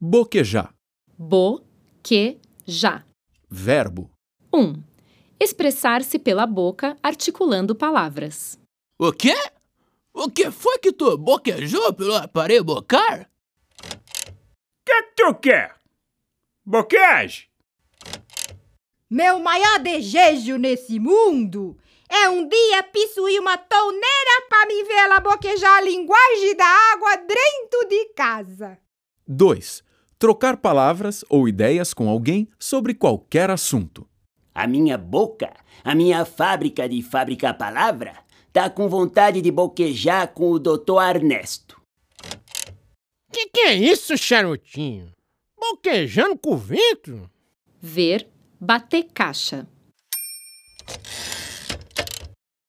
Boquejar. Boquejar. Verbo. 1. Expressar-se pela boca articulando palavras. O quê? O que foi que tu boquejou pelo aparelho bocar? Que tu quer? Boqueje? Meu maior desejo nesse mundo é um dia possuir uma torneira para me ver ela boquejar a linguagem da água dentro de casa. 2. Trocar palavras ou ideias com alguém sobre qualquer assunto. A minha boca, a minha fábrica de fábrica palavra, tá com vontade de boquejar com o doutor Ernesto. Que que é isso, charutinho? Boquejando com o vento? Ver, bater caixa.